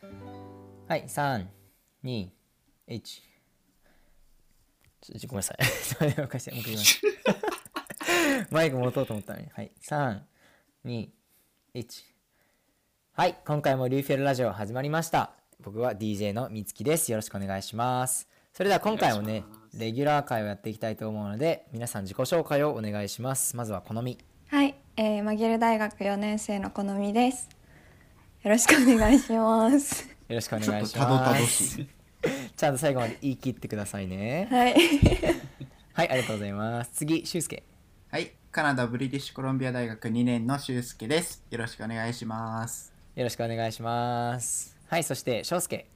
はい、3、2、1。ちょちょごめんなさい。 すいませんおかしいもう一回言います マイク持とうと思ったのに。はい、3、2、1。はい、今回もリューフェルラジオ始まりました。僕は DJ のみつきです。よろしくお願いします。それでは今回もね、レギュラー会をやっていきたいと思うので、皆さん自己紹介をお願いします。まずは好み。はい、えー、マギル大学4年生のこのみです。よろしくお願いし ます。よろしくお願いしちょっます。とたどたどしい。ちゃんと最後まで言い切ってくださいね。はい、はい、ありがとうございます。次、しゅうすけ。はい、カナダ・ブリティッシュコロンビア大学2年の修介です。よろしくお願いします。よろしくお願いします。はい、そして、しょうすけ。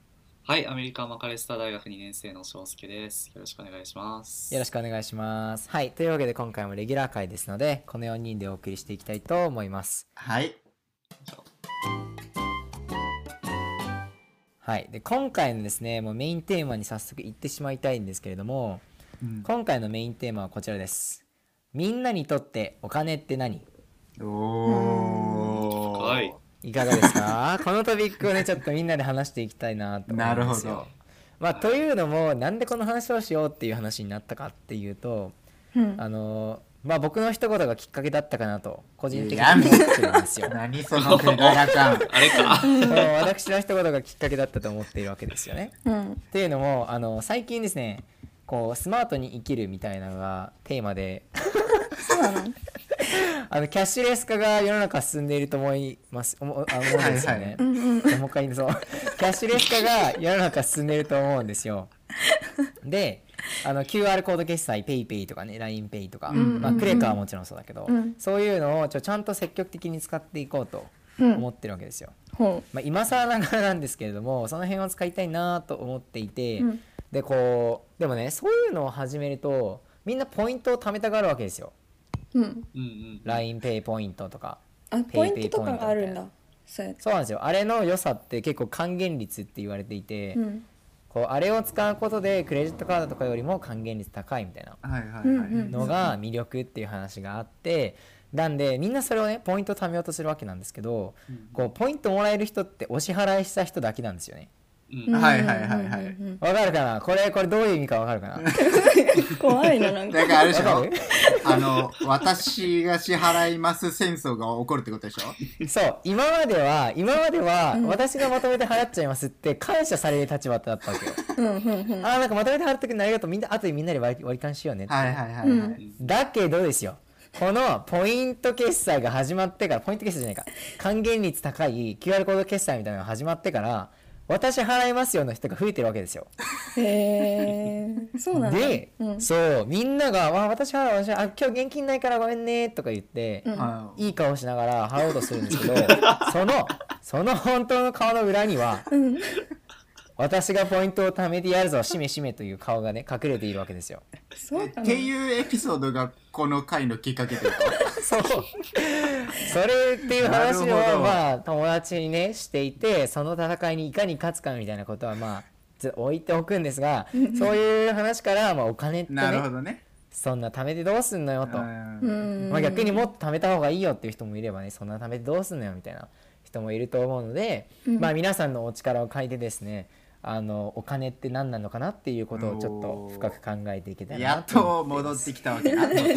はい、アメリカ・マカレスター大学2年生の翔介です。よろしくお願いします。よろしくお願いします。はい、というわけで今回もレギュラー会ですので、この4人でお送りしていきたいと思います。はい、はい、で今回のですね、もうメインテーマに早速行ってしまいたいんですけれども、うん今回のメインテーマはこちらです。みんなにとってお金って何おーはい。いかがです かこのトピックをね、ちょっとみんなで話していきたいなと思なるうんでほすよ。ど。まあ、というのもなんでこの話をしようっていう話になったかっていうと うん、あのーまあ僕の一言がきっかけだったかなと個人的にやめ思ってるんですよ。 何その手柄 感。あれこか。の私の一言がきっかけだったと思っているわけですよね。うん、っていうのもあの最近ですねこうスマートに生きるみたいなのがテーマでそうなの。 あのキャッシュレス化が世の中進んでいると思います思あ思うんですよね。うん、うん、もう一回言うぞキャッシュレス化が世の中進んでると思うんですよ。であの QR コード決済 PayPay とかね LINEPay とか、うんうんうんまあ、クレカはもちろんそうだけど、うんそういうのをちょちゃんと積極的に使っていこうとうん思、ってるわけですよ。ほまあ、今更ながらなんですけれどもその辺を使いたいなと思っていて、う、うん、でこうでもねそういうのを始めるとみんなポイントを貯めたがるわけですよ。うん、うんうん。 LINEPay ポイントとか。あ、ポイントとかがあるんだ。そうやって。そうなんですよあれの良さって結構還元率って言われていて。うん、こうあれを使うことでクレジットカードとかよりも還元率高いみたいなはいはいはうい。んうんのが魅力っていう話があってなんでみんなそれをねポイント貯めようとするわけなんですけどうんこうポイントもらえる人ってお支払いした人だけなんですよねうんうんはいはいはいはういんうんうんわかるかなこれこれどういう意味かわかるかな怖いな、 なんか。だからあれでしわょかあの、私が支払います戦争が起こるってことでしょ そう今までは今まではうん私がまとめて払っちゃいますって感謝される立場だったわけようん、うん、うん、あーなんかまとめて払ってくれるのありがとうみんなあとでみんなで割り割り勘しようねってはいはいはいはうい。んだけどですよこのポイント決済が始まってからポイント決済じゃないか還元率高い QR コード決済みたいなのが始まってから私払いますよの人が増えてるわけですよへえー、そうなんだ。で、うん、そうみんなが「わ私払う私払うあ今日現金ないからごめんね」とか言って、うんあいい顔しながら払おうとするんですけどそのその本当の顔の裏にはうん、私がポイントを貯めてやるぞしめしめという顔がね隠れているわけですよそうかっなて。いうエピソードがこの回のきっかけで。そう。それっていう話なるほをどまあ友達にねしていてその戦いにいかに勝つかみたいなことはまあず置いておくんですがそういう話からまあお金ってなるほねどね。そんな貯めてどうすんのよと、うんうん、まあ、逆にもっと貯めた方がいいよっていう人もいればねそんな貯めてどうすんのよみたいな人もいると思うので、うんまあ皆さんのお力を借りてですねあのお金って何なのかなっていうことをちょっと深く考えていけたらやなっと戻ってきたわ け なだ。るほど。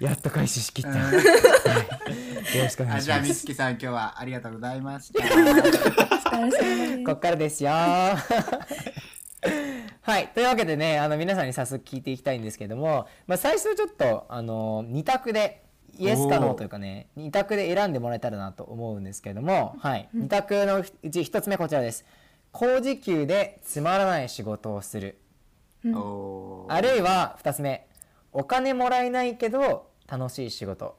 やっと開始しきった、うんはいよろしくお願あいしじゃあ、まみすつきさん、今日はありがとうございました。 お疲れ様こでっからですよ。 はい。というわけでね、あの、皆さんに早速聞いていきたいんですけども、まあ、最初ちょっと、あの、2択で、イエスかノーというかね、2択で選んでもらえたらなと思うんですけども、はい。2択のうち1つ目こちらです。高時給でつまらない仕事をする。おーあるいは2つ目、お金もらえないけど楽しい仕事。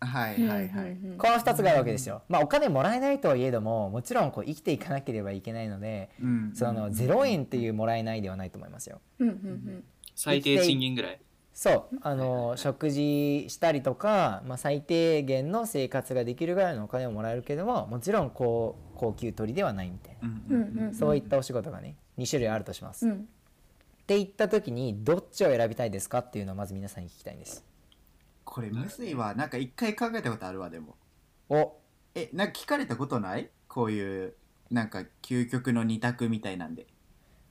はいす。はいはい。うんうんうんこの2つがあるわけですよ。まあ、お金もらえないとはいえども、もちろんこう生きていかなければいけないので、うんその0円っていうもらえないではないと思いますよ。うんうん最低賃金ぐらい。そうあの食事したりとか、まあ、最低限の生活ができるぐらいのお金をもらえるけどももちろんこう高級取りではないみたいな、うんううんうんんうんうんそういったお仕事がね2種類あるとします。うっんて言った時にどっちを選びたいですかっていうのをまず皆さんに聞きたいんです。これむずいわ。なんか一回考えたことあるわ、でも。おえ、なんか聞かれたことないこういうなんか究極の二択みたいなんで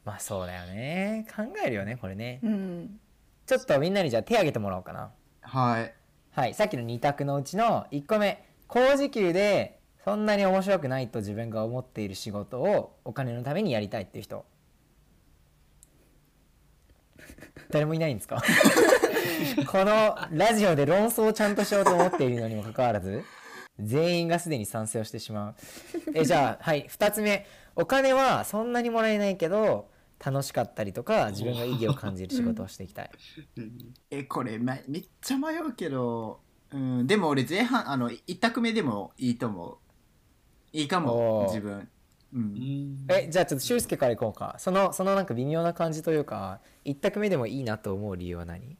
まあそうだよね考えるよねこれねうんちょっとみんなにじゃあ手挙げてもらおうかなはいはいさっきの2択のうちの1個目高時給でそんなに面白くないと自分が思っている仕事をお金のためにやりたいっていう人誰もいないんですか このラジオで論争をちゃんとしようと思っているのにもかかわらず全員がすでに賛成をしてしまうえじゃあはい2つ目お金はそんなにもらえないけど楽しかったりとか自分が意義を感じる仕事をしていきたいうんえこれ、ま、めっちゃ迷うけど、うん、でも俺前半あの一択目でもいいと思ういいかおもー自分ううんんえじゃあちょっと俊介からいこうかそのそのなんか微妙な感じというか一択目でもいいなと思う理由は何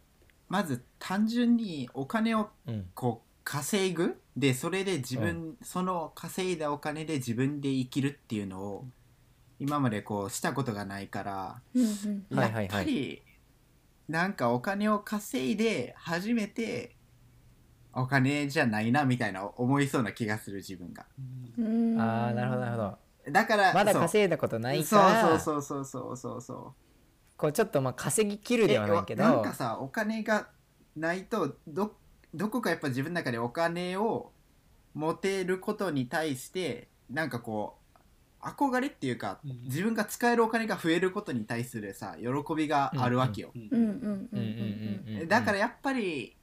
まず単純にお金をうんこう稼ぐでそれで自分、その稼いだお金で自分で生きるっていうのを今までこうしたことがないからうんうんはやいはいはいっぱりなんかお金を稼いで初めてお金じゃないなみたいな思いそうな気がする自分がうんああなるほどなるほどだからまだそう稼いだことないからそうそうそうそうそうそうこうちょっとまあ稼ぎきそうるではないけどえなんかさお金がないとどどこかやっぱ自分の中でお金を持てることに対してなんかこう憧れっていうかうん自分が使えるお金が増えることに対するさ喜びがあるわけよ、うんうんうんうんうううんんうんんうんうんだからやっぱり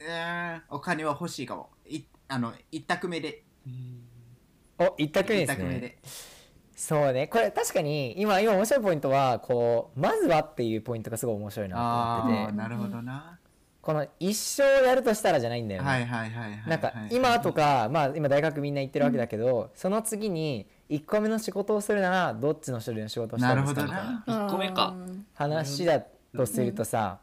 うーんお金は欲しいかもいあの一択目でうんお一択目一です択目ねでそうねこれ確かに今今面白いポイントはこうまずはっていうポイントがすごい面白いなあと思ってあてなるほどな、この一生やるとしたらじゃないんだよね、はいはいはいはいはいなんか今とか、まあ、今大学みんな行ってるわけだけど、その次に1個目の仕事をするならどっちの種類の仕事をしたないるですほかみどたいなな一個目か話だとするとさ、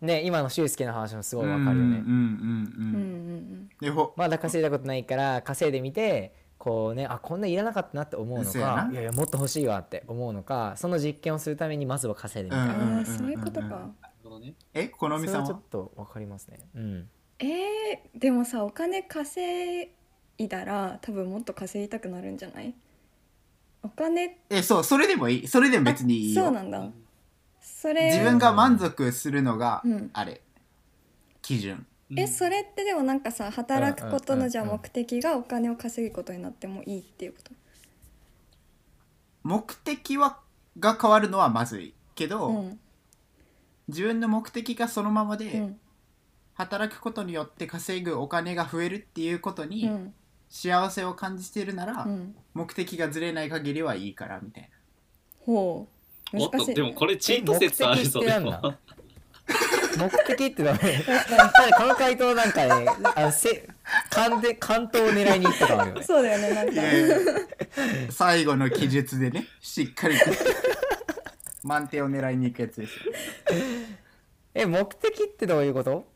ね今の俊介の話もすごいわかるよね。うんうんううんんうんうんうんでほまだ稼いだことないから稼いでみてこうねあこんないらなかったなって思うのそうやかないやいやもっと欲しいわって思うのかその実験をするためにまずは稼いでみうんたあいーそういうことうんうんうかなるほどね。えこのそみれさんはちょはっとわかりますね。うん、えー、でもさお金稼いだら多分もっと稼ぎたくなるんじゃないお金えそうそれでもいいそれでも別にいいよそうなんだそれ自分が満足するのが、うんあれ基準うんえそれってでもなんかさ働くことうんうんうんうのんじゃあ目的がお金を稼ぐことになってもいいっていうこと目的はが変わるのはまずいけど、うん自分の目的がそのままで、うん働くことによって稼ぐお金が増えるっていうことうにん幸せを感じているなら、うん目的がずれない限りはいいからみたいほうおっ難としいでもこれチート説あるぞえで目的ってなんもだ目的ってダメなんかこの回答なんかねあのせ関で関東を狙いに行った感あるよね。そうだよねなんかな、 最後の記述でねしっ かりと満点を狙いに行くやつですよえ目的ってどういうこと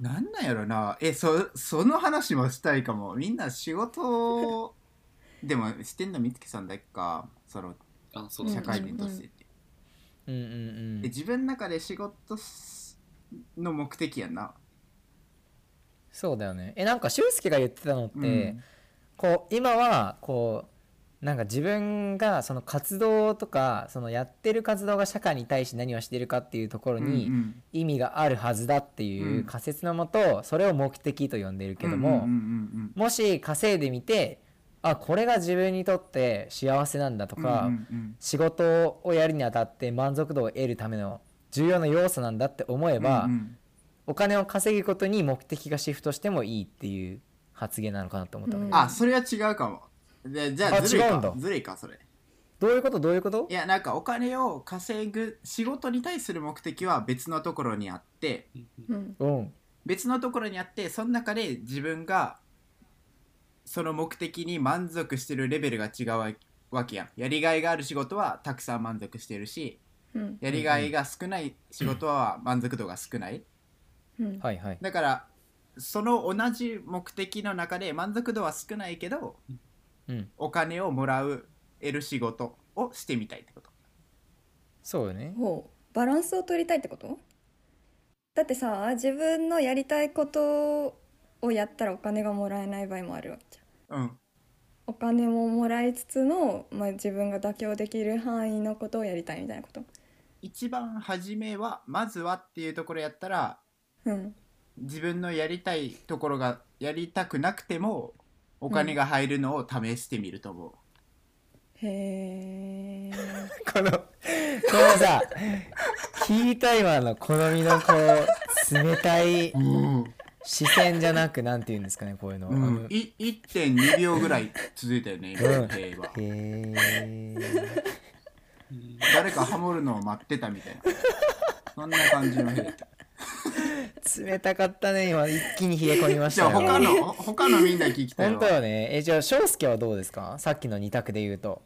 なんなんやろなえそその話もしたいかもみんな仕事をでもしてんのみつきさんだけかそのあそううんだ社会人として、うんうんうえん、自分の中で仕事すの目的やんな、そうだよねえなんか俊介が言ってたのって、うんこう今はこうなんか自分がその活動とかそのやってる活動が社会に対して何をしてるかっていうところうんうにん意味があるはずだっていう仮説のもとそれを目的と呼んでるけどもうんうんもし稼いでみてあこれが自分にとって幸せなんだとうんうんうんかうん仕事をやるにあたって満足度を得るための重要な要素なんだって思えうんば、うんうんお金を稼ぐことに目的がシフトしてもいいっていう発言なのかなと思ったの、うんあそれは違うかもでじゃああずるい違うんだかずるいかそれどういうことどういうこといやなんかお金を稼ぐ仕事に対する目的は別のところにあって、うんうん別のところにあってその中で自分がその目的に満足してるレベルが違うわけやんやりがいがある仕事はたくさん満足してるしうんやりがいが少ない仕事は満足度が少ないうんはいはいだからその同じ目的の中で満足度は少ないけどうんお金をもらう得る仕事をしてみたいってことそうよね ほうバランスを取りたいってことだってさ自分のやりたいことをやったらお金がもらえない場合もあるわけじうんお金ももらいつつの、まあ、自分が妥協できる範囲のことをやりたいみたいなこと一番初めはまずはっていうところやったらうん自分のやりたいところがやりたくなくてもお金が入るのを試してみると思う、へえこの、このさ、聞いた今の好みのこう、冷たい視線じゃなく、なんて言うんですかね、こういうの。うんあのい1.2秒ぐらい続いたよね今の会話へー誰かハモるのを待ってたみたいなそんな感じの部屋冷たかったね、今。一気に冷え込みましじゃたあよ。他のほ他のみんな聞きたい本当わよね。え、じゃあ、翔介はどうですかさっきの二択で言うと。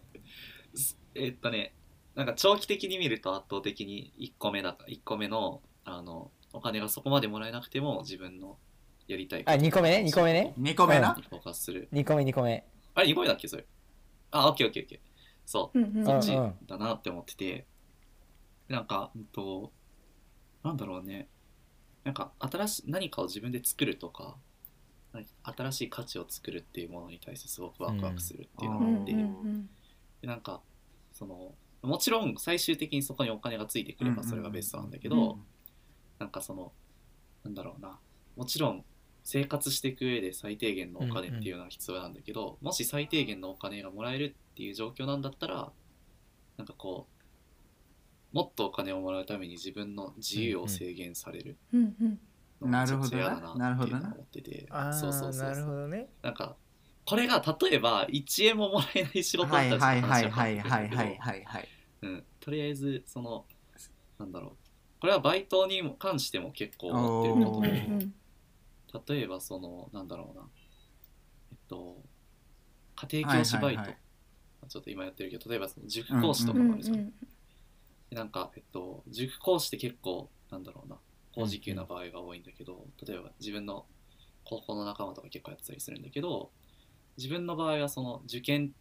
えっとね、なんか長期的に見ると圧倒的に1個目だから、1個目の、あの、お金がそこまでもらえなくても自分のやりたいことあ、二個目ね、二個目ね。 2個目な、にフォーカスする。二個目、二個目。あれ、2個目だっけ、それ。あ、オッケーオッケーオッケー。そう。うんうんあそっちうんだなって思ってて、なんか、うんと、なんだろうね、なんか新しい何かを自分で作るとか、何か新しい価値を作るっていうものに対してすごくワクワクするっていうのうがあんって、うんうんでなんか、その、もちろん最終的にそこにお金がついてくればそれがベストなんだけど、なんかその、なんだろうな、もちろん生活していく上で最低限のお金っていうのは必要なんだけど、もし最低限のお金がもらえるっていう状況なんだったら、なんかこう、もっとお金をもらうために自分の自由を制限されるうんうんのがめちゃくちゃ嫌だなっていうのをなるほどななるほどな思ってて、あそうそうー、そうなるそほう。どね。なんか、これが例えば1円ももらえない仕事だはっいたらはいは話いは変わはっていくるんはだいけどはいはいはいうん、とりあえずそのなんだろうこれはバイトにも関しても結構思ってることうんでうん例えばそのなんだろうなえっと家庭教師バイト、はいはいはいちょっと今やってるけど例えばその塾講師とかうもあんるじゃん、でなんか、えっと、塾講師って結構なんだろうな高時給な場合が多いんだけど、例えば自分の高校の仲間とか結構やってたりするんだけど自分の場合はその受験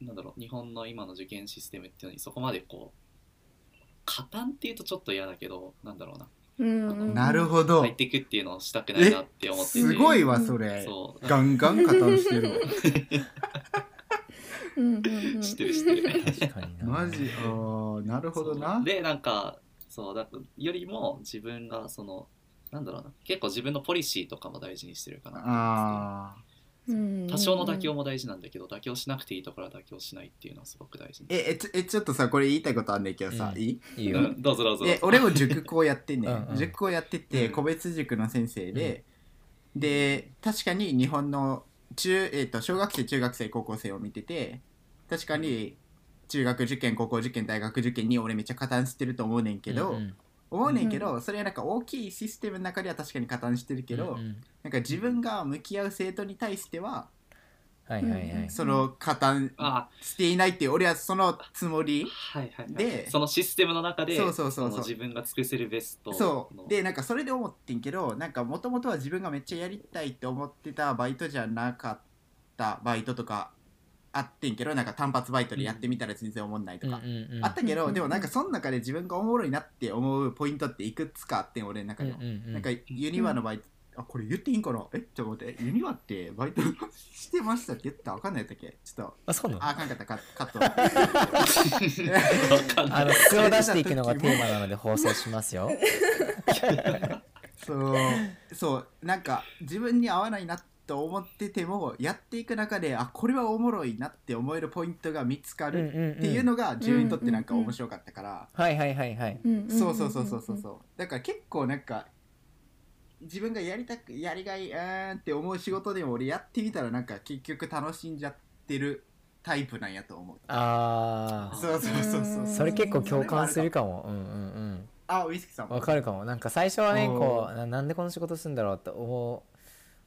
なんだろう日本の今の受験システムっていうのにそこまでこう加担っていうとちょっと嫌だけどなんだろうなうんうんうんなるほど入っていくっていうのをしたくないなって思っててすごいわそれそうガンガン加担してるわうんうんうん知ってる知ってる確かにな。マジあーなるほどそなうでなんかそうだよりも自分がそのなんだろうな結構自分のポリシーとかも大事にしてるかなって思ってあーうんて多少の妥協も大事なんだけど妥協しなくていいところは妥協しないっていうのはすごく大事ええちょえちょっとさこれ言いたいことあんねんけどさ、うんいいいいうよ。んどうぞどうぞえ俺も塾校やってんねうんうんん塾校やっててうん個別塾の先生で、で確かに日本の中、えー、と小学生中学生高校生を見てて確かに中学受験高校受験大学受験に俺めっちゃ加担してると思うねんけど、うんうん思うねんけど、それはなんか大きいシステムの中では確かに加担してるけど、うんうんなんか自分が向き合う生徒に対してははいはいはい。その加担あしていないっていう俺はそのつもりはいはい、はい、でそのシステムの中でそうそうそうそうの自分が尽くせるベストのそう でなんかそれで思ってんけどなんかもともとは自分がめっちゃやりたいって思ってたバイトじゃなかったバイトとかあってんけどなんか単発バイトでやってみたら全然思んないとか、うんうんうんあったけど、うんでもなんかその中で自分がおもろいなって思うポイントっていくつかあってん俺の中うんでうも、んうんなんかユニバのバイト、あこれ言っていいんかなえちょっと待ってユニバって バイトしてましたって言ったわかんないやったっけちょっとあ、そうなのああかんかったカカットわかんないあの、素を出していくのがテーマなので放送しますよ。そうそうなんか自分に合わないなと思っててもやっていく中であこれはおもろいなって思えるポイントが見つかるっ っていうのが自分にとってなんか面白かったから、はいはいはいはい。うんうんうんそうそうそうそうそうそうだから結構なんか自分がやりたくやりがいうーんって思う仕事でも俺やってみたらなんか結局楽しんじゃってるタイプなんやと思うああ。そうそうそうそうそれ結構共感するかも。うんうんあウイスキーさんうん。わかるかも。なんか最初はね、おーこう、ななんでこの仕事するんだろうと思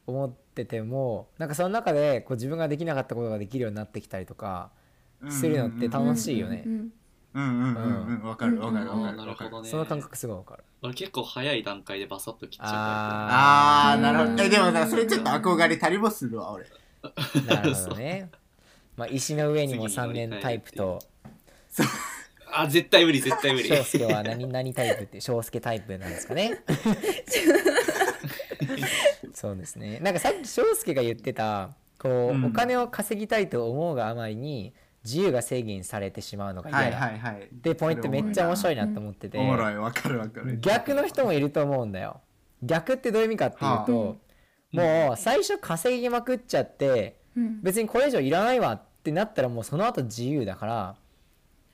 う、思ってても、なんかその中で、こう自分ができなかったことができるようになってきたりとか、するのって楽しいよねうんうんうんうんうんうんわかるわかるわかあるなるわかほるどねその感覚すごいわかる。 俺結構早い段階でバサッと切っちゃうああうーんなるほどえでもなそれちょっと憧れたりもするわ俺なるほどね。まあ、石の上にも3年タイプと、タイプあ絶対無理絶対無理翔介は何何タイプって翔介タイプなんですか ねそうですねなんかさっき翔介が言ってたこう、うんお金を稼ぎたいと思うがあまりに自由が制限されてしまうのが嫌はだ、いはいはいってポイントめっちゃ面白いなうんと思ってて、おもろいわかるわかる逆の人もいると思うんだよ逆ってどういう意味かっていうと、はもう最初稼ぎまくっちゃってうん別にこれ以上いらないわってなったらもうその後自由だから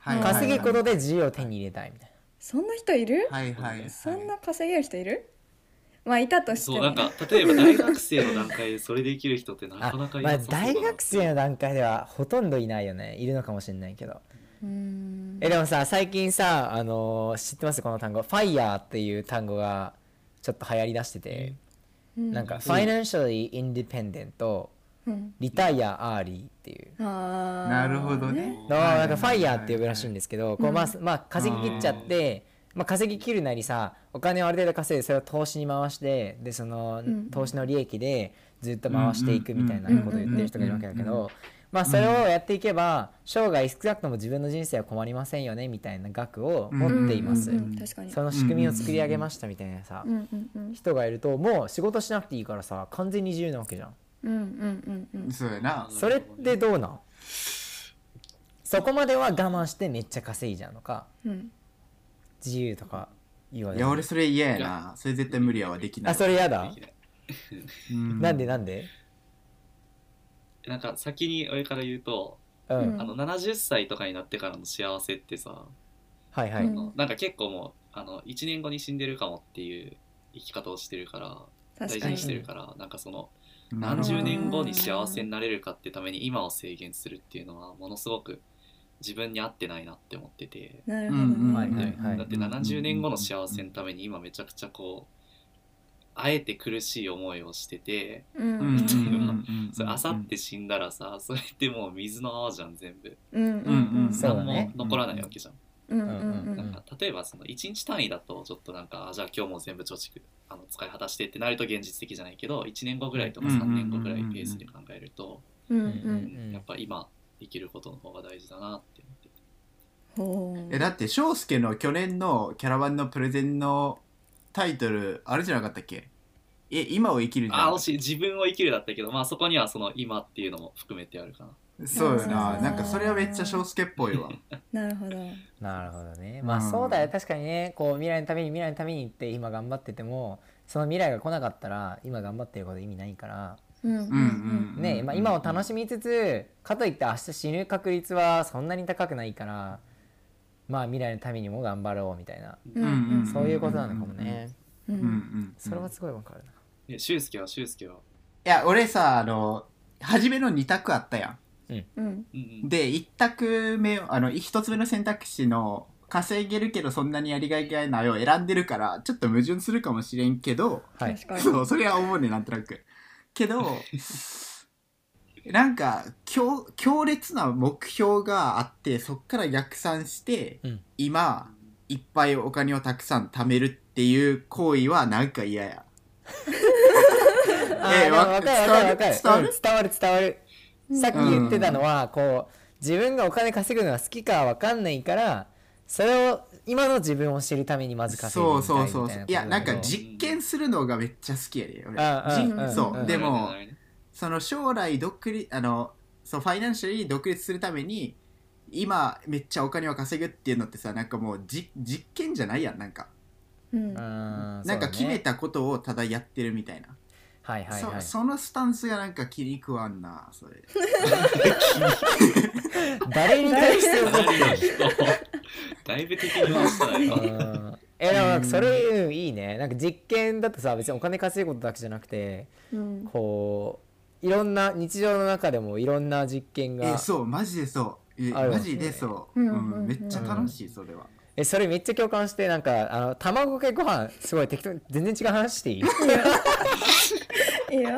はいはいはい稼ぐことで自由を手に入れたいみたいな。そんな人いるはいはいはいそんな稼げる人いるまあいたとしてそうもなんか例えば大学生の段階でそれで生きる人ってなかなかあいまなあ、さそうだな大学生の段階ではほとんどいないよねいるのかもしれないけどうーんえでもさ最近さ、あのー知ってますこの単語「ファイヤーっていう単語がちょっと流行りだしてて、うんなんか「financially independent」うん「retire early」っていうあーなるほどねのをはいなんかファイヤーって呼ぶらしいんですけど、こうまあうまあ稼ぎ切っちゃって、まあ稼ぎ切るなりさ、お金をある程度稼いでそれを投資に回して、でそのん投資の利益でずっと回していくみたいなうんことを言ってる人がいるわけだけうんど、まあそれをやっていけば生涯少なくとも自分の人生は困りませんよねみたいな額を持っていますうん。うんうん確かにその仕組みを作り上げましたみたいなさう、んうんうん人がいるともう仕事しなくていいからさ、完全に自由なわけじゃん。うんうんうんうんそうやなそれってどうなんそこまでは我慢してめっちゃ稼いじゃうのかうん自由とか言わいれやる俺それ嫌やなそれ絶対無理やわできないあそれやだできないうんなんでなんでなんか先に俺から言うと、うん、うんあの70歳とかになってからの幸せってさ、はいはい、うんなんか結構もうあの1年後に死んでるかもっていう生き方をしてるから大確か事ににしてるからなんかそのなる何ほど十年後に幸せになれるかってために今を制限するっていうのはものすごく自分に合ってないなって思ってて、なるうほんどうんはいねはいはいだって70年後の幸せのために今めちゃくちゃこうあえて苦しい思いをしててううんんうんそれあさって死んだらさそれってもう水の泡じゃん全部うんうんうんうんそうだ何ねも残らないわけじゃん、うんうんうんううんんなんか例えばその1日単位だとちょっとなんかあじゃあ今日も全部貯蓄あの使い果たしてってなると現実的じゃないけど1年後ぐらいとか3年後ぐらいペースで考えると、うんううんんやっぱ今生きることの方が大事だなって思っててほえうだって翔介の去年のキャラバンのプレゼンのタイトルあれじゃなかったっけえ今を生きるじゃあん惜しい自分を生きるだったけどまあそこにはその今っていうのも含めてあるかなそうよなあーなんかそれはめっちゃ翔介っぽ いわなるほどなるほどねまあうんそうだよ確かにねこう未来のために未来のためにって今頑張っててもその未来が来なかったら今頑張ってること意味ないからうんうんうんうんね、まあ、今を楽ししみつつかといって明日死ぬ確率はそんなに高くないからまあ未来のためにも頑張ろうみたいなうんうんそういうことなのかもねうんううんうんんそれはすごいわかるなで俊介は俊介はいや俺さあの初めの2択あったやうんうんんで1択目あの1つ目の選択肢の稼げるけどそんなにやりがいがないを選んでるからちょっと矛盾するかもしれんけどはい確かにそうそれは思うねなんとなくけどなんか強強烈な目標があってそっから逆算して、うん今いっぱいお金をたくさん貯めるっていう行為はなんか嫌やあーええでもわかるわかるわかる伝わうるん伝わる伝わるんさっき言ってたのはこう自分がお金稼ぐのが好きかわかんないからそれを今の自分を知るためにまず稼いでそうみそうたいそみたいなうそういやなんかじ実験するのがめっちゃ好きやで俺あじうんうんそう、うんでもなるほどねその将来独立あのそうファイナンシャルに独立するために今めっちゃお金を稼ぐっていうのってさなんかもうじ実験じゃないやんなんかうんななんか決めたことをただやってるみたいな、はいはいはいそそのスタンスがなんか気に食わんなそれ誰に対して か怒っなりの人をだいぶ敵に回した らう今んえでもなんかそれうんいいねなんか実験だとさ別にお金稼ぐことだけじゃなくてうんこういろんな日常の中でもいろんな実験えがそうマジでそうえあるマジでそう、ううんんうんうんめっちゃ楽しいそれは、えそれめっちゃ共感してなんかあの卵かけご飯すごい適当に全然違う話して いいいいよ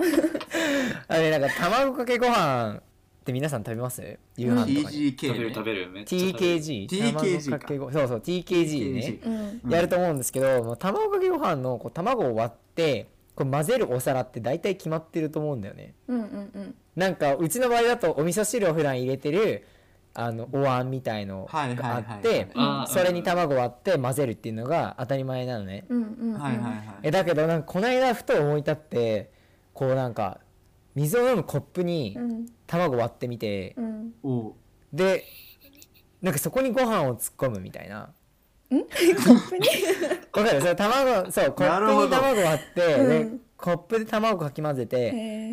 あれなんか卵かけご飯って皆さん食べます夕飯とかに TGK 食べねる食べるめっちゃ食べる TKG 卵かけごそうそう TKG ねうんうんやると思うんですけどもう卵かけご飯のこう卵を割ってこう混ぜるお皿って大体決まってると思うんだよねうんうんうんなんかうちの場合だとお味噌汁を普段入れてるあのお椀みたいのがはいはいはいあってあーそれに卵割って混ぜるっていうのが当たり前なのねうんうんうんはいはいはいえだけどなんかこの間ふと思い立ってこうなんか水を飲むコップにうん卵割ってみて、うんおうでなんかそこにご飯を突っ込むみたいな プに わかるそれ卵そうコなるほップにど卵割って、うでんコップで卵かき混ぜて、へ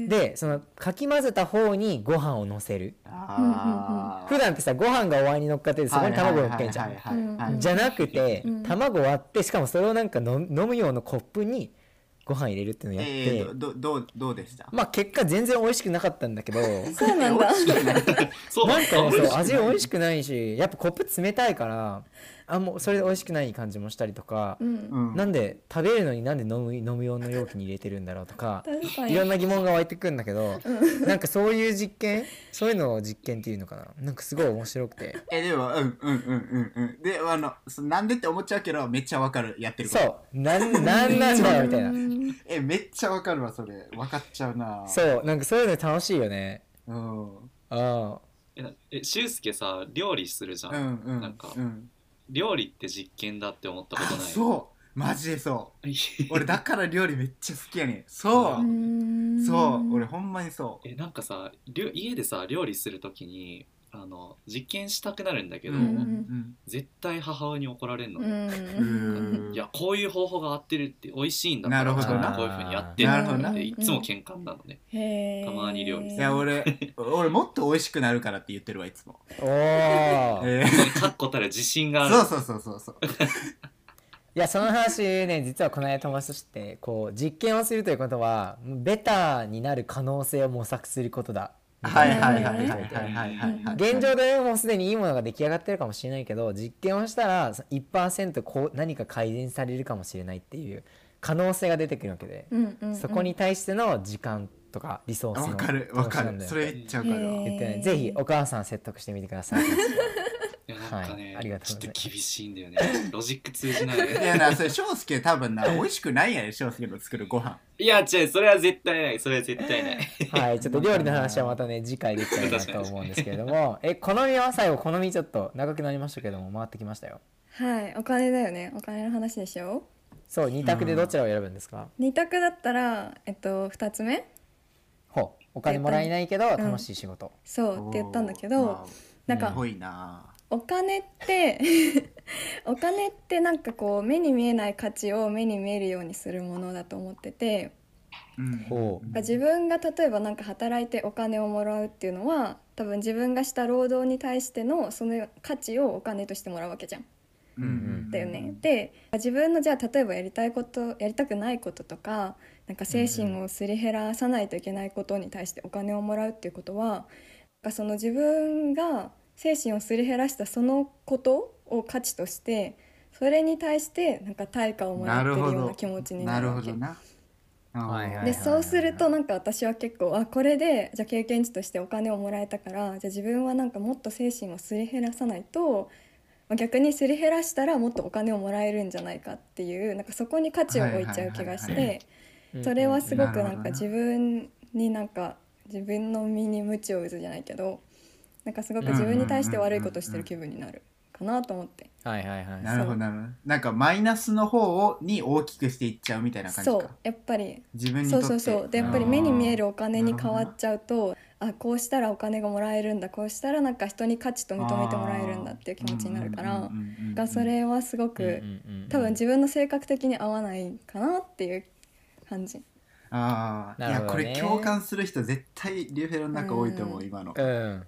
ーでそのかき混ぜた方にご飯を乗せるあ普段ってさご飯がお椀に乗っかっててそこに卵乗っけんじゃんはいじゃなくて、うん卵割ってしかもそれをなんか飲む飲む用のコップにご飯入れるっていうのをやって、えー、どどうどうでしたまあ結果全然美味しくなかったんだけどそうなんだそうなんかね美味そしう味美味しくないしやっぱコップ冷たいからあもうそれで美味しくない感じもしたりとかう、んう んなんで食べるのになんで飲む飲む用の容器に入れてるんだろうとか確かいにろんな疑問が湧いてくるんだけど、なんかそういう実験そういうのを実験っていうのかななんかすごい面白くてえでもうんうんうんうんうんであのそなんでって思っちゃうけどめっちゃわかるやってるこそとうなんなんなんだよみたいなうんえめっちゃわかるわそれわかっちゃうなそうなんかそういうの楽しいよねうんうんあえなえ俊介さ料理するじゃん、うんなんかうん料理って実験だって思ったことなあいそうマジでそう う俺だから料理めっちゃ好きやねんそううんそう俺ほんまにそうえなんかさ料家でさ料理するときにあの実験したくなるんだけうど、んうん絶対母親に怒られるの、ううんんいやこういう方法が合ってるって美味しいんだからなるほどなこういうふうにやってなるほどるなっていつも喧嘩になるのね、へーたまに料理すい や俺俺もっと美味しくなるからって言ってるわいつもあおーえそれ確固たる自信があーるそうそうそうそうそういやその話ね実はこの間友達としてこう実験をするということはベターになる可能性を模索することだはいはいはいはいはいはいはいはい現状でもうすでにいいものが出来上がってるかもしれないけど実験をしたら1%こう何か改善されるかもしれないっていう可能性が出てくるわけで、うんうんうんそこに対しての時間とかリソースのわかるわか投資なんるだよそれめっちゃわかるわへー言ってないぜひお母さん説得してみてくださ いいやなんかね、はいありがとうござちょっいとます厳しいんだよねロジック通じないいやなそれ翔介多分な美味しくないやね翔介の作るご飯いや違うそれは絶対ないそれは絶対ない はいちょっと料理の話はまたね次回できたらなと思うんですけれど もえ好みは最後好みちょっと長くなりましたけども回ってきましたよはいお金だよねお金の話でしょそう二択でどちらを選ぶんですか、二択だったらえっと二つ目ほうお金もらえないけどん楽しい仕事、そうって言ったんだけおーどまあなんすかごいなお金って お金ってなんかこう目に見えない価値を目に見えるようにするものだと思っててうんほうなんか自分が例えばなんか働いてお金をもらうっていうのは多分自分がした労働に対してのその価値をお金としてもらうわけじゃん。うんうんだよね、で自分のじゃあ例えばやりたいことやりたくないこととかなんか精神をすり減らさないといけないことに対してお金をもらうっていうことは、なんかその自分が精神をすり減らしたそのことを価値としてそれに対してなんか対価をもらってるような気持ちにななるるわほけどなはいはいでそうするとなんか私は結構あこれでじゃあ経験値としてお金をもらえたからじゃあ自分はなんかもっと精神をすり減らさないとまあ逆にすり減らしたらもっとお金をもらえるんじゃないかっていうなんかそこに価値を置いちゃう気がしはいはいはいてそれはすごくなんなかるほど自な分になんか自分の身に鞭を打つじゃないけどなんかすごく自分に対して悪いことしてる気分になるかなと思ってはいはいはいなるほどなるほどなんかマイナスの方をに大きくしていっちゃうみたいな感じそうかやっぱり自分にとそっうてそうそうでやっぱり目に見えるお金に変わっちゃうとあこうしたらお金がもらえるんだこうしたらなんか人に価値と認めてもらえるんだっていう気持ちになるからがそれはすごうんうくんうんうん多分自分の性格的に合わないかなっていう感じああいなやるほこどねれ共感する人絶対リュウヘロの中多いと思ううん今のうん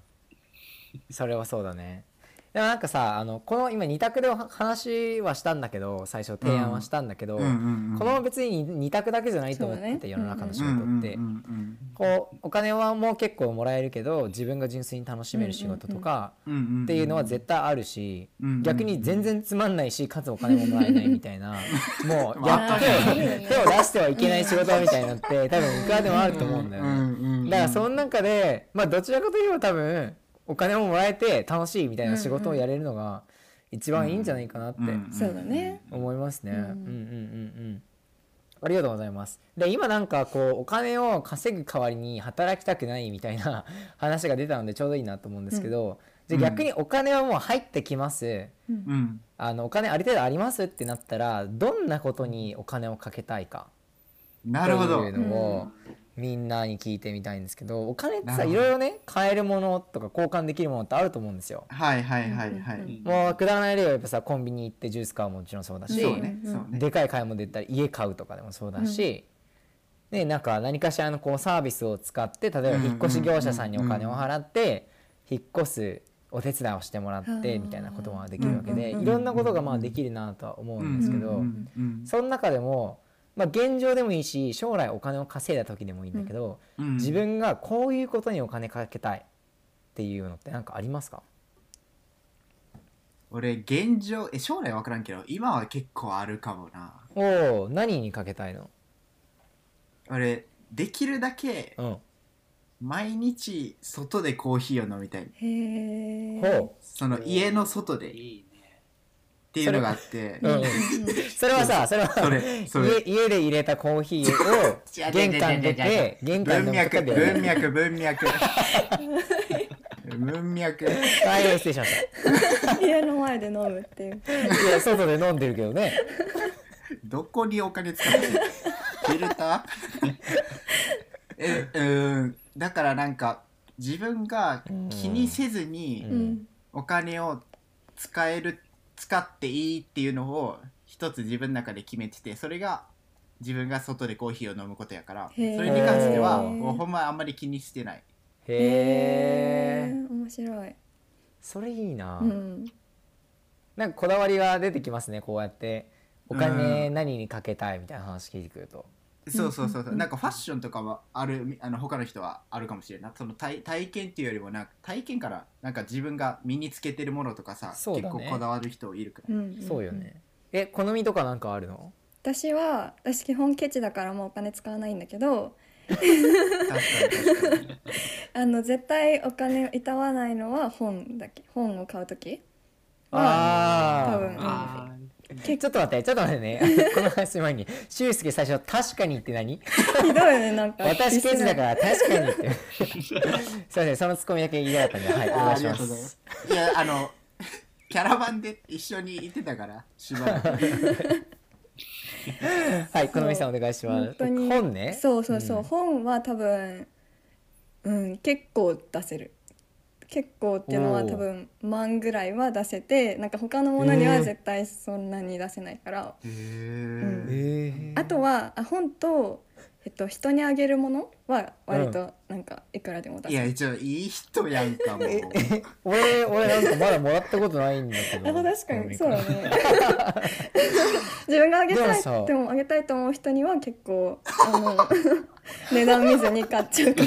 それはそうだねでもなんかさあのこの今二択でお話はしたんだけど最初提案はしたんだけど、うんうんうんこの別に二択だけじゃないと思ってそうだて、ね世の中の仕う事んって、うんうんこうお金はもう結構もらえるけど自分が純粋に楽しめる仕事とかうんうんうんっていうのは絶対あるし、うんうんうん逆に全然つまんないしかつお金ももらえないみたい なもうやっまあとあるよね手を出してはいけない仕事みたいになって多分いくらでもあると思うんだよね。だからその中で、まあ、どちらかといえば多分お金ももらえて楽しいみたいな仕事をやれるのが一番いいんじゃないかなってそうだね思いますね。ううんんうんうんうんありがとうございます。で今なんかこうお金を稼ぐ代わりに働きたくないみたいな 話が出たのでちょうどいいなと思うんですけど、うんじゃあ逆にお金はもう入ってきますうんあのお金ある程度ありますってなったらどんなことにお金をかけたいかなっているほどうのを、みんなに聞いてみたいんですけどお金ってなさるいほどろいろね買えるものとか交換できるものってあると思うんですよ。はいはいはいはうんうんうい。もうくだらない例はやっぱさコンビニ行ってジュース買うももちろんそうだし、そうね、うんそうね。でかい買い物で言ったら家買うとかでもそうだし、ねなんか何かしらのこうサービスを使って例えばうん引っ越し業者さんにお金うんを払って引っ越すお手伝いをしてもらってあーみたいなこともできるわけでうんいろんなことがまあできるなとは思うんですけうどんその中でも、まあ、現状でもいいし将来お金を稼いだ時でもいいんだけど自分がこういうことにお金かけたいっていうのって何かありますか俺現状え将来分からんけど今は結構あるかもなおー何にかけたいの、俺できるだけうん、毎日外でコーヒーを飲みたいへえ。ほその家の外でっいいねていうのがあってう、うんうん、 それはさ それはそれそれ家家で入れたコーヒー を違う玄関出違う違う違て玄関文の脈中で文脈文脈文脈はい失礼しまし家の前で飲むっていう。たいや外で飲んでるけどねどこにお金使ってるフィルター えうんだからなんか自分が気にせずに、うんうん。お金を使える使っていいっていうのを一つ自分の中で決めててそれが自分が外でコーヒーを飲むことやからそへーれに関してはへーもうほんまあんまり気にしてないへえー面白い。それいいな、うん。なんかこだわりは出てきますねこうやってお金何にかけたいみたいな話聞いてくると、そうそうそううんうんそうんうなんかファッションとかはあるあの他の人はあるかもしれんないその体体験っていうよりもなんか体験からなんか自分が身につけてるものとかさ、そう結だね構こだわる人いるから、うんうん。そうよ。ねえ好みとかなんかあるの私は私基本ケチだからもうお金使わないんだけど、確かに確かにあの絶対お金をいたわないのは本だけ本を買うとき。多あ分ああーちょっと待ってちょっと待ってね この話前に俊介最初「確かに」って何ひどいねなんか。私ケチだから確かにってすいませ んそのツッコミだけ言いたかったんではいお あ願ーいありしがまとうございますすいやあのキャラバンで一緒に行ってたからしばらくはい好みさんお願いしま本す当に本ねそうそうそう、ん本は多分うん結構出せる結構っていうのはおー多分万ぐらいは出せてなんか他のものにへはー絶対そんなに出せないから、へうんええーあとはあ本と、えっと、人にあげるものは割となんかいくらでも出いせる、や一応いい人やんかもう俺俺なんかまだもらったことないんだけどあ確好かにみそうらだね自分があげたいでもさでもあげたいと思う人には結構あの値段見ずに買っちゃうか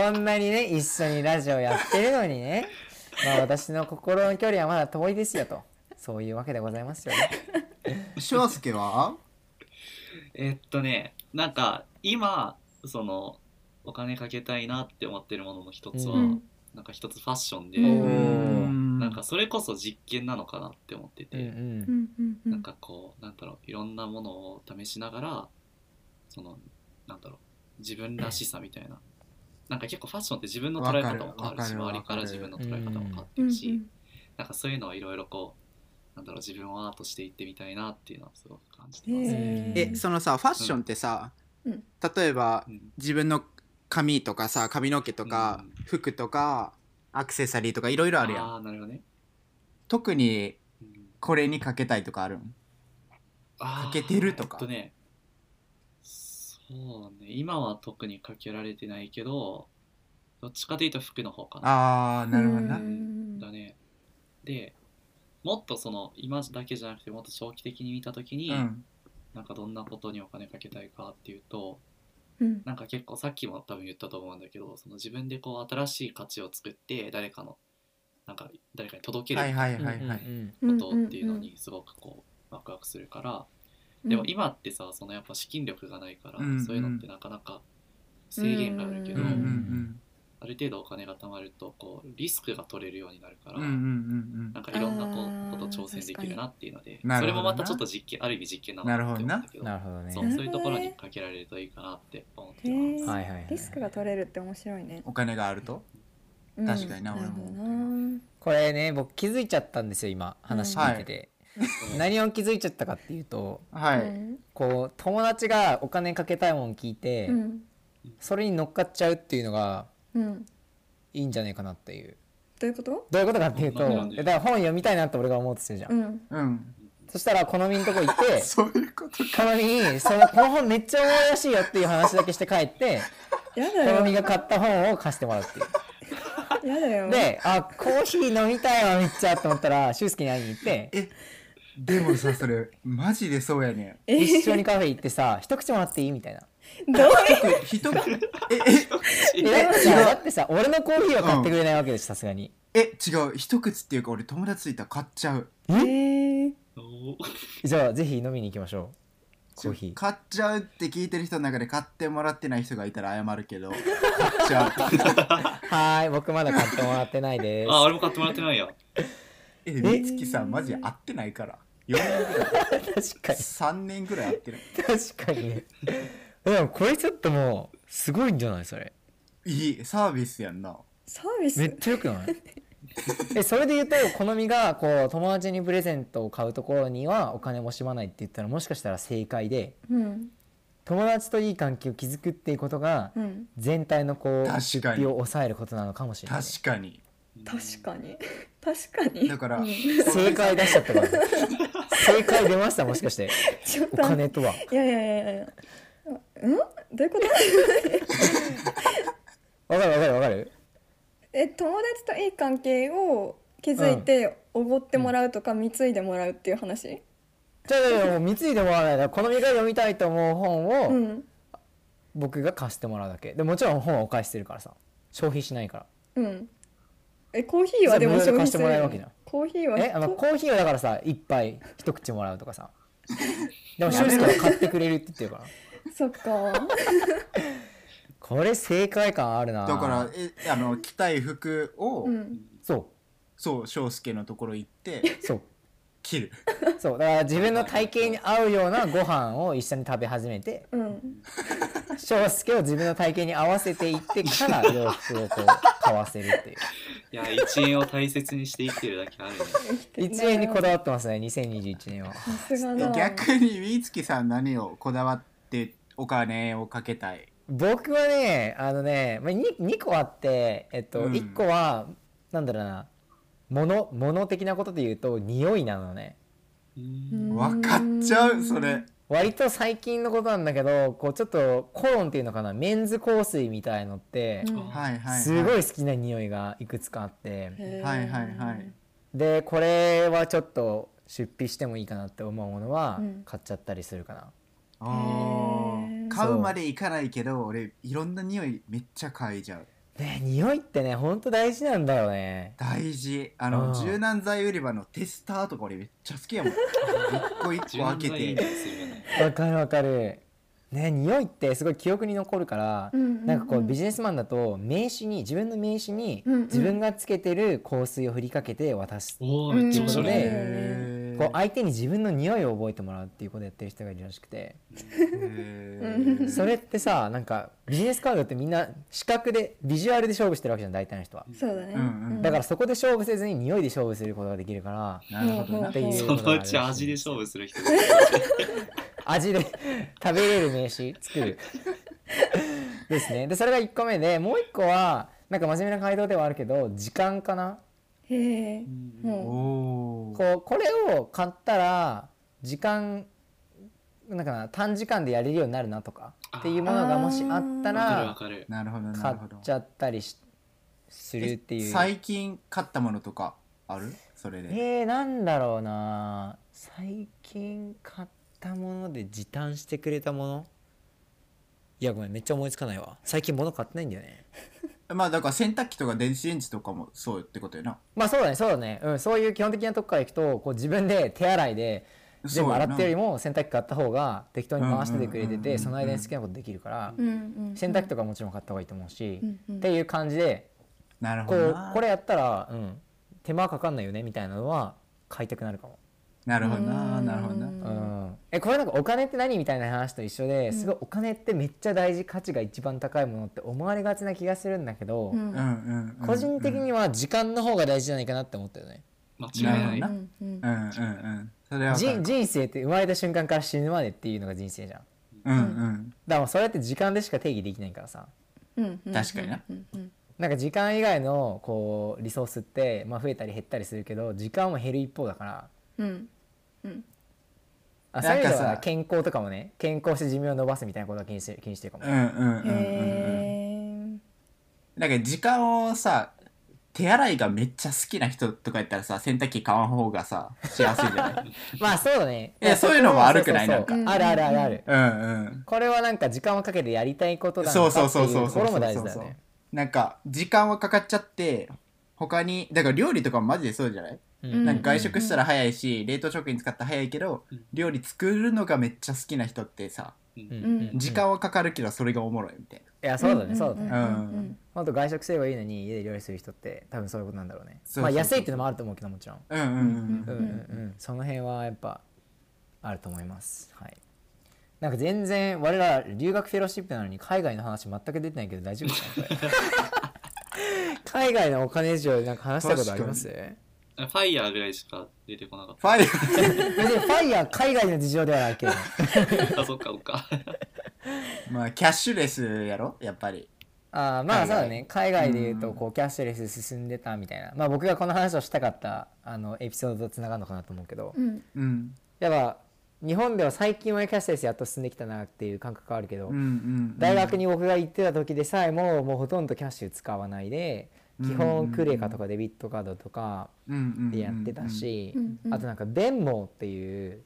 らこんなにね一緒にラジオやってるのにね まあ私の心の距離はまだ遠いですよとそういうわけでございますよね翔介はえっとねなんか今そのお金かけたいなって思ってるものの一つは、うんなんか一つファッションで、うんうんなんかそれこそ実験なのかなって思ってうて、んうんなんかこうなんだろういろんなものを試しながらそのなんだろう自分らしさみたいななんか結構ファッションって自分の捉え方も変わるしわかるわかる周りから自分の捉え方も変わってうんうるんし、なんかそういうのをいろいろこうなんだろう自分をアートしていってみたいなっていうのはすごく感じてます、へええそのさファッションってさ、うん例えばうん自分の髪とかさ髪の毛とか、うん服とかアクセサリーとかいろいろあるやんあーなるほどね、特にうんこれにかけたいとかあるんか欠けてるとかえっとねそうね今は特にかけられてないけどどっちかというと服の方かなあーなるほどなううんんだねでもっとその今だけじゃなくてもっと長期的に見た時に、うんなんかどんなことにお金かけたいかっていうとうんなんか結構さっきも多分言ったと思うんだけどその自分でこう新しい価値を作って誰かのなんか誰かに届けはいるはいうんははいいははいいうんことっていうのんんにすごくこうワクワクするから、でも今ってさそのやっぱ資金力がないから、うんうんそういうのってなかなか制限があるけうど、んうんある程度お金が貯まるとこうリスクが取れるようになるから、うんうんうんなんかいろんなこあーうこと挑戦できるなっていうので確かにそれもまなたるほどなちょっと実験ある意味実験なのかなって思うんだけどなるほどねそうねそういうところにかけられるといいかなって思ってへまーす。はいはいはいリスクが取れるって面白いね、お金があるとうん確かになるほど俺これね僕気づいちゃったんですよ今話聞いてて、うん何を気づいちゃったかっていうとは、ないうんこう友達がお金かけたいもん聞いて、うんそれに乗っかっちゃうっていうのがうんいいんじゃないかなっていうどういうことどういうことかっていうとなんでえだから本読みたいなって俺が思ってたじゃん、うんうん。そしたら好みのとこ行ってそういうことか。好みにその「この本めっちゃ重いらしいよ」っていう話だけして帰ってやだ好よみが買った本を貸してもらうっていうやだよで、あ、コーヒー飲みたいわ、めっちゃと思ったら、俊介に会いに行って、え、でもさ、それ、マジでそうやねん。え一緒にカフェ行ってさ、一口もらっていいみたいな。どう人、え、え、え、だってさ、だってさ俺のコーヒーは買ってくれないわけでしょ、さすがに。え、違う。一口っていうか、俺友達いたら買っちゃう。いうえーおーじゃあ、ぜひ飲みに行きましょう。コーヒー。買っちゃうって聞いてる人の中で買ってもらってない人がいたら謝 るけど、買っちゃう。はーい、僕まだ買ってもらってないです。あ、俺も買ってもらってないや。え、みつきさん、マジで会ってないから。4年ぐらい、確か3年ぐらい会ってない。に。確かにね。でも、これちょっともう、すごいんじゃないそれ。いい、サービスやんな。サービめスっちゃよくないえ、それで言うと、好みが、こう、友達にプレゼントを買うところにはお金も惜しまないって言ったら、もしかしたら正解で、うん友達といい関係を築くっていうことがうん全体のこう確出かに費を抑えることなのかもしれないね、確かに。確かに確かにだからうん正解出しちゃったから正解出ましたもしかしてちょっおと金とはいやいやいやいやうんどういうこと わかるわかるわかるえ友達といい関係を築いておごってもらうとか貢いでもらうっていう話じゃあじゃあもう貢いでもらわないからこの見が読みたいと思うう本をん僕が貸してもらうだけでもちろん本はお返ししてるからさ消費しないかうんえコーヒーはでもそれ消無料で費貸してすもるらえるよわけじゃんねコーヒーはらえあのこコーヒーはだからさ一杯一口もらうとか さでも俊介は買ってくれるって言ってるからそっかこれ正解感あるなだから、え、あの、着たい服を、うんそうそう、翔介のところ行って、そう 着る。そうだから自分の体型に合うようなご飯を一緒に食べ始めてうん翔介を自分の体型に合わせていってから洋服をこう買わせるっていういや、一円を大切にして生きてるだけあるね。 1円にこだわってますね2021年はさすがえだ逆にみつきさん何をこだわってお金をかけたい僕はねあのね 2, 2個あって、えっとうん1個はなんだろうな物物的なことで言うと匂いなのねうん分かっちゃうそれ割と最近のことなんだけどこうちょっとコロンっていうのかなメンズ香水みたいのってうんはいはい、はい、すごいい好きな匂いがいくつかあって。へーはいはいはいでこれはちょっと出費してもいいかなって思うものはうん買っちゃったりするかな、あへーー買うまでいかないけど俺いろんな匂いめっちゃ嗅いじゃうね匂いってねほんと大事なんだよね大事あうのん柔軟剤売り場のテスターとか俺めっちゃ好きやもん一個一自個開分けがいいんでてすよね。わかるわかるね匂いってすごい記憶に残るから、うんうんうんなんかこうビジネスマンだと名刺に自分の名刺にうんうん自分がつけてる香水を振りかけて渡す、おお、めっちゃ面う白いんね。へーこう相手に自分の匂いを覚えてもらうっていうことをやってる人がいるらしくて、へうーんそれってさなんかビジネスカードってみんな視覚でビジュアルで勝負してるわけじゃん大体の人はそうだねうんうんだからそこで勝負せずに匂いで勝負することができるからなるほどなっていうそことがのあるうらしいち味で勝負する人が味で食べれる名刺作 るですねでそれが1個目でもう1個はなんか真面目な回答ではあるけど時間かなへえおもおーこうこれを買ったら時間なんかな短時間でやれるようになるなとかっていうものがもしあったわらかるわかる。なるほどな買るっほどちゃったりしするっていえう最近買ったものとかあるそれでえー、なんだろうな最近買ったもので時短してくれたものいやごめんめっちゃ思いつかないわ最近物買ってないんだよねまあだから洗濯機とか電子レンジとかもそうってことよなまあそうだねそうだね、うん、そういう基本的なとこからいくとこう自分で手洗いで全そう部やな洗ってよりも洗濯機買った方が適当に回しててくれてうんうんうんうんうてんその間に好きなことできるからううんうんうん洗濯機とかもちろん買った方がいいと思うしうんうんっていう感じでなるほこどうなこれやったら、うん、手間かかんないよねみたいなのは買いたくなるかも。なるほどななるほどなうんうんえこれなんかお金って何みたいな話と一緒でんすごいお金ってめっちゃ大事価値が一番高いものって思われがちな気がするんだけど、ううんんうんうん個人的には時間の方が大事じゃないかなって思ったよね、間違いななるい。うんうんうんうんうんそれはわかじる人生って生まれた瞬間から死ぬまでっていうのが人生じゃんうんうんだからもうそれって時間でしか定義できないからさうんうん確かになうんうんなんか時間以外のこうリソースって、まあ、増えたり減ったりするけど時間も減る一方だからうんうんあそうないんうか意さ味では健康とかもね健康して寿命を伸ばすみたいなことは気にして気にしてるかも、うんうんうんうんうんへなんか時間をさ手洗いがめっちゃ好きな人とかやったらさ洗濯機買わん方がさ幸せじゃ ないまあそうだねいやそういうのもあるくないそうそうそうなんかあるあるあるある、うんうんこれはなんか時間をかけてやりたいことだなそうそうってそういそううとそこうろもそう大そ事うだよねなんか時間はかかっちゃって他にだから料理とかもマジでそうじゃない、うんなんか外食したら早いし冷凍食品使ったら早いけどうん料理作るのがめっちゃ好きな人ってさうんうんうん時間はかかるけどそれがおもろいみたいいやーそうだねそうだね、んんうんんほんと外食すればいいのに家で料理する人って多分そういうことなんだろうねそうそうそうまあ安いっていうのもあると思うけどもちろんなうんうんうんううんんうんうんその辺はやっぱあると思いますはいなんか全然我ら留学フェローシップなのに海外の話全く出てないけど大丈夫かな これ海外のお金事情でなんか話したことあり ますファイヤーぐらいしか出てこなかっファイ別にファイヤー海外の事情ではないけどた。あ、そっか、そっか。まあキャッシュレスやろやっぱりあーまあ海外そうだね海外で言ううとんこうキャッシュレス進んでたみたいなまあ僕がこの話をしたかったあのエピソードとつながるのかなと思うけどうんうんやっぱ日本では最近はキャッシュレスやっと進んできたなっていう感覚はあるけどうんうん大学に僕が行ってた時でさえももうほとんどキャッシュ使わないで基う本んクレカとかデビットカードとかででやってたしうんうんあとなんかベンモーっていう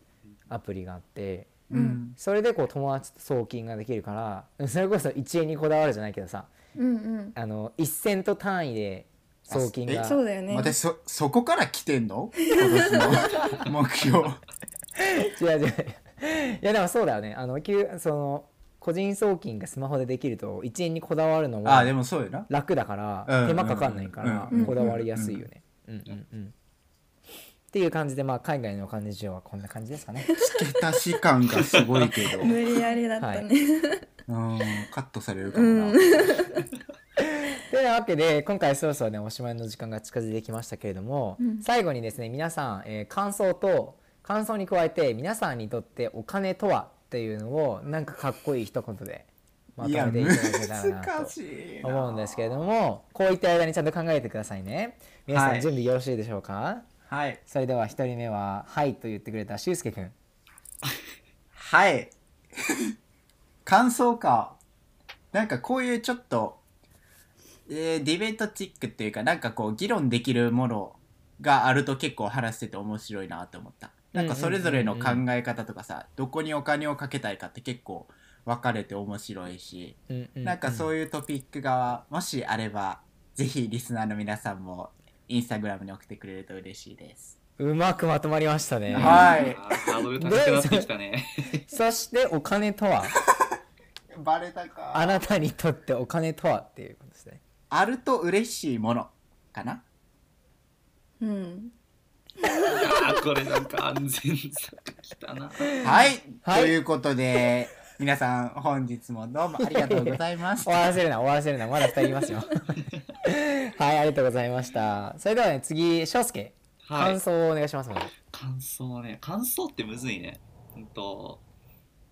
アプリがあってうんうんそれでこう友達と送金ができるからそれこそ1円にこだわるじゃないけどさうんうんあの1セント単位で送金があそうだよね私そそこから来てんの今年の目 標 違う 違ういやでもそうだよねあの急その個人送金がスマホでできると1円にこだわるのもああでもそうよな楽だから、うん手間かかんないから、うんこだわりやすいよね。うんうんうんっていう感じで、まあ、海外のお金事情はこんな感じですかね。 付け足し感がすごいけど無理やりだったはねうんカットされるかもな、うんというわけで今回そろそろねおしまいの時間が近づいてきましたけれども、うん最後にですね皆さん、えー感想と感想に加えて皆さんにとってお金とはっていうのをなんかかっこいい一言でまいとやめていただけたらなと難しいな思うんですけれどもこういった間にちゃんと考えてくださいね皆さんはい準備よろしいでしょうか、はいそれでは1人目は「はい」と言ってくれたしゅうすけくんはい感想かなんかこういうちょっと、えーディベートチックっていうかなんかこう議論できるものがあると結構話してて面白いなと思ったなんかそれぞれの考え方とかさ、どこにお金をかけたいかって結構分かれて面白いし、なんかそういういうトピックがもしあれば、ぜひリスナーの皆さんもインスタグラムに送ってくれると嬉しいです。うまくまとまりましたね、はいあーハードル高くなってきたね。そしてお金とは バレたか。ああなたにとってお金とはっていうことですねると嬉しいものかな。うんあーこれなんか安全策きたな。はい、はいということで、皆さん本日もどうもありがとうございまし終 た。わらせるな終わらせるなまだ2人います よはいありがとうございましたそれではね次しょうすけは感い。想をお願いします、まず感想ね。感想ってむずいね。うんと、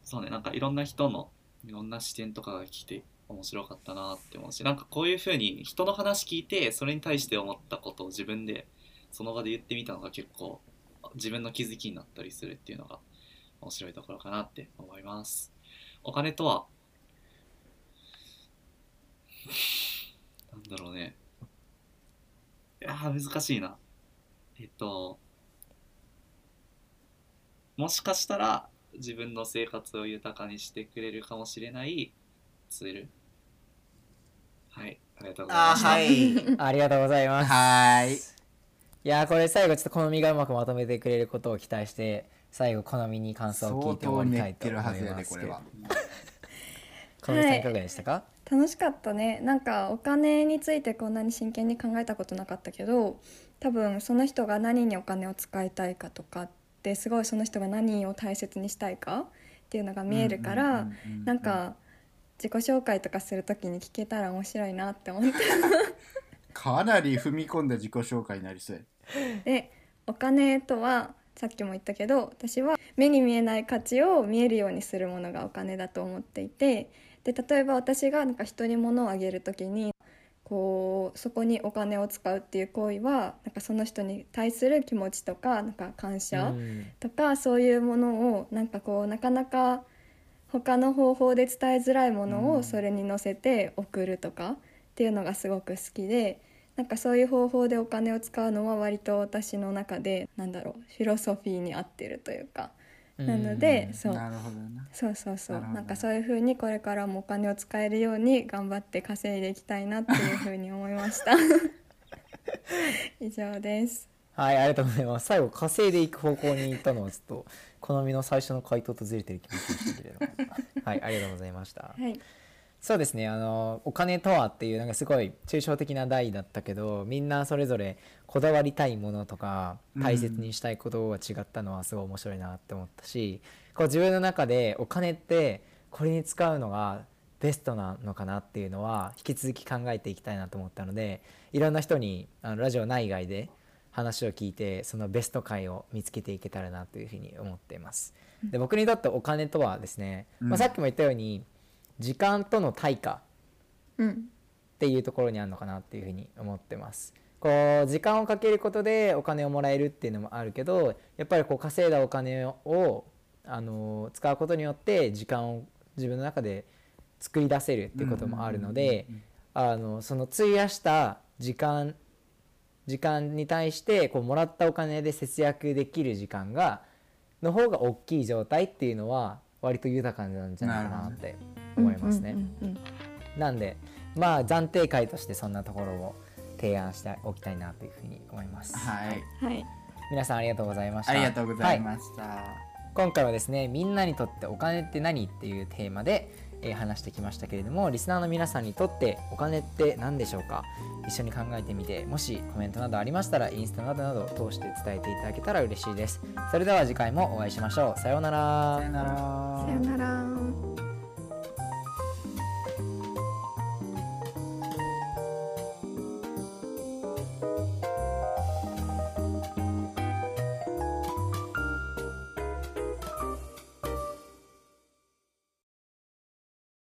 そうね、なんかいろんな人のいろんな視点とかが来て面白かったなって思うし、なんかこういうふうに人の話聞いて、それに対して思ったことを自分でその場で言ってみたのが結構自分の気づきになったりするっていうのが面白いところかなって思います。お金とは、なんだろうね。いやー難しいな。えっと、もしかしたら自分の生活を豊かにしてくれるかもしれないツール。はい、ありがとうございあました。はい。ありがとうございますはい。いやーこれ最後ちょっと好みがうまくまとめてくれることを期待して最後好みに感想を聞い相て終わ当りめたいっとてる思いはずやまですこけれれどは。好みさんいかがでしたか、楽しかったねなんかお金についてこんなに真剣に考えたことなかったけど多分その人が何にお金を使いたいかとかってすごいその人が何を大切にしたいかっていうのが見えるから、ううううなんか自己紹介とかするときに聞けたら面白いなって思って かなり踏み込んだ自己紹介になりそうや。でお金とはさっきも言ったけど私は目に見えない価値を見えるようにするものがお金だと思っていてで例えば私がなんか人に物をあげる時にこうそこにお金を使うっていう行為はなんかその人に対する気持ちとかなんか感謝、うんとかそういうものをなんかこうなかなか他の方法で伝えづらいものうをんそれに乗せて送るとかっていうのがすごく好きでなんかそういう方法でお金を使うのは割と私の中でなんだろうフィロソフィーに合ってるというかなのでうんそうなるほどなそうそうそうなるなほどんかそういうふうにこれからもお金を使えるように頑張って稼いでいきたいなっていうふうに思いま した。以上ですはい、ありがとうございます。最後、稼いでいく方向に行ったのは、ちょっと、好みの最初の回答とずれてる気もしましたけれども。はい、ありがとうございました。はいそうですねあのお金とはっていうなんかすごい抽象的な題だったけどみんなそれぞれこだわりたいものとかうん大切にしたいことが違ったのはすごい面白いなって思ったし、こう自分の中でお金ってこれに使うのがベストなのかなっていうのは引き続き考えていきたいなと思ったのでいろんな人にあのラジオ内外で話を聞いてそのベスト回を見つけていけたらなというふうに思っています。で僕にとってお金とはですね、まあ、さっきも言ったように、時間との対価うんっていうところにあるのかなっていうふうに思ってます。こう時間をかけることでお金をもらえるっていうのもあるけどやっぱりこう稼いだお金を、あの使うことによって時間を自分の中で作り出せるっていうこともあるのでうんうんうんあのその費やした時間時間に対してこうもらったお金で節約できる時間がの方が大きい状態っていうのは割と豊かなんじゃないかなって思いますね。うんうんうんうんなんでまあ暫定会としてそんなところを提案しておきたいなというふうに思います。はいはい皆さんありがとうございました。ありがとうございはました、今回はですねみんなにとってお金って何っていうテーマで、えー話してきましたけれどもリスナーの皆さんにとってお金って何でしょうか一緒に考えてみてもしコメントなどありましたらインスタなどなどを通して伝えていただけたら嬉しいですそれでは次回もお会いしましょうさようならさよならさよなら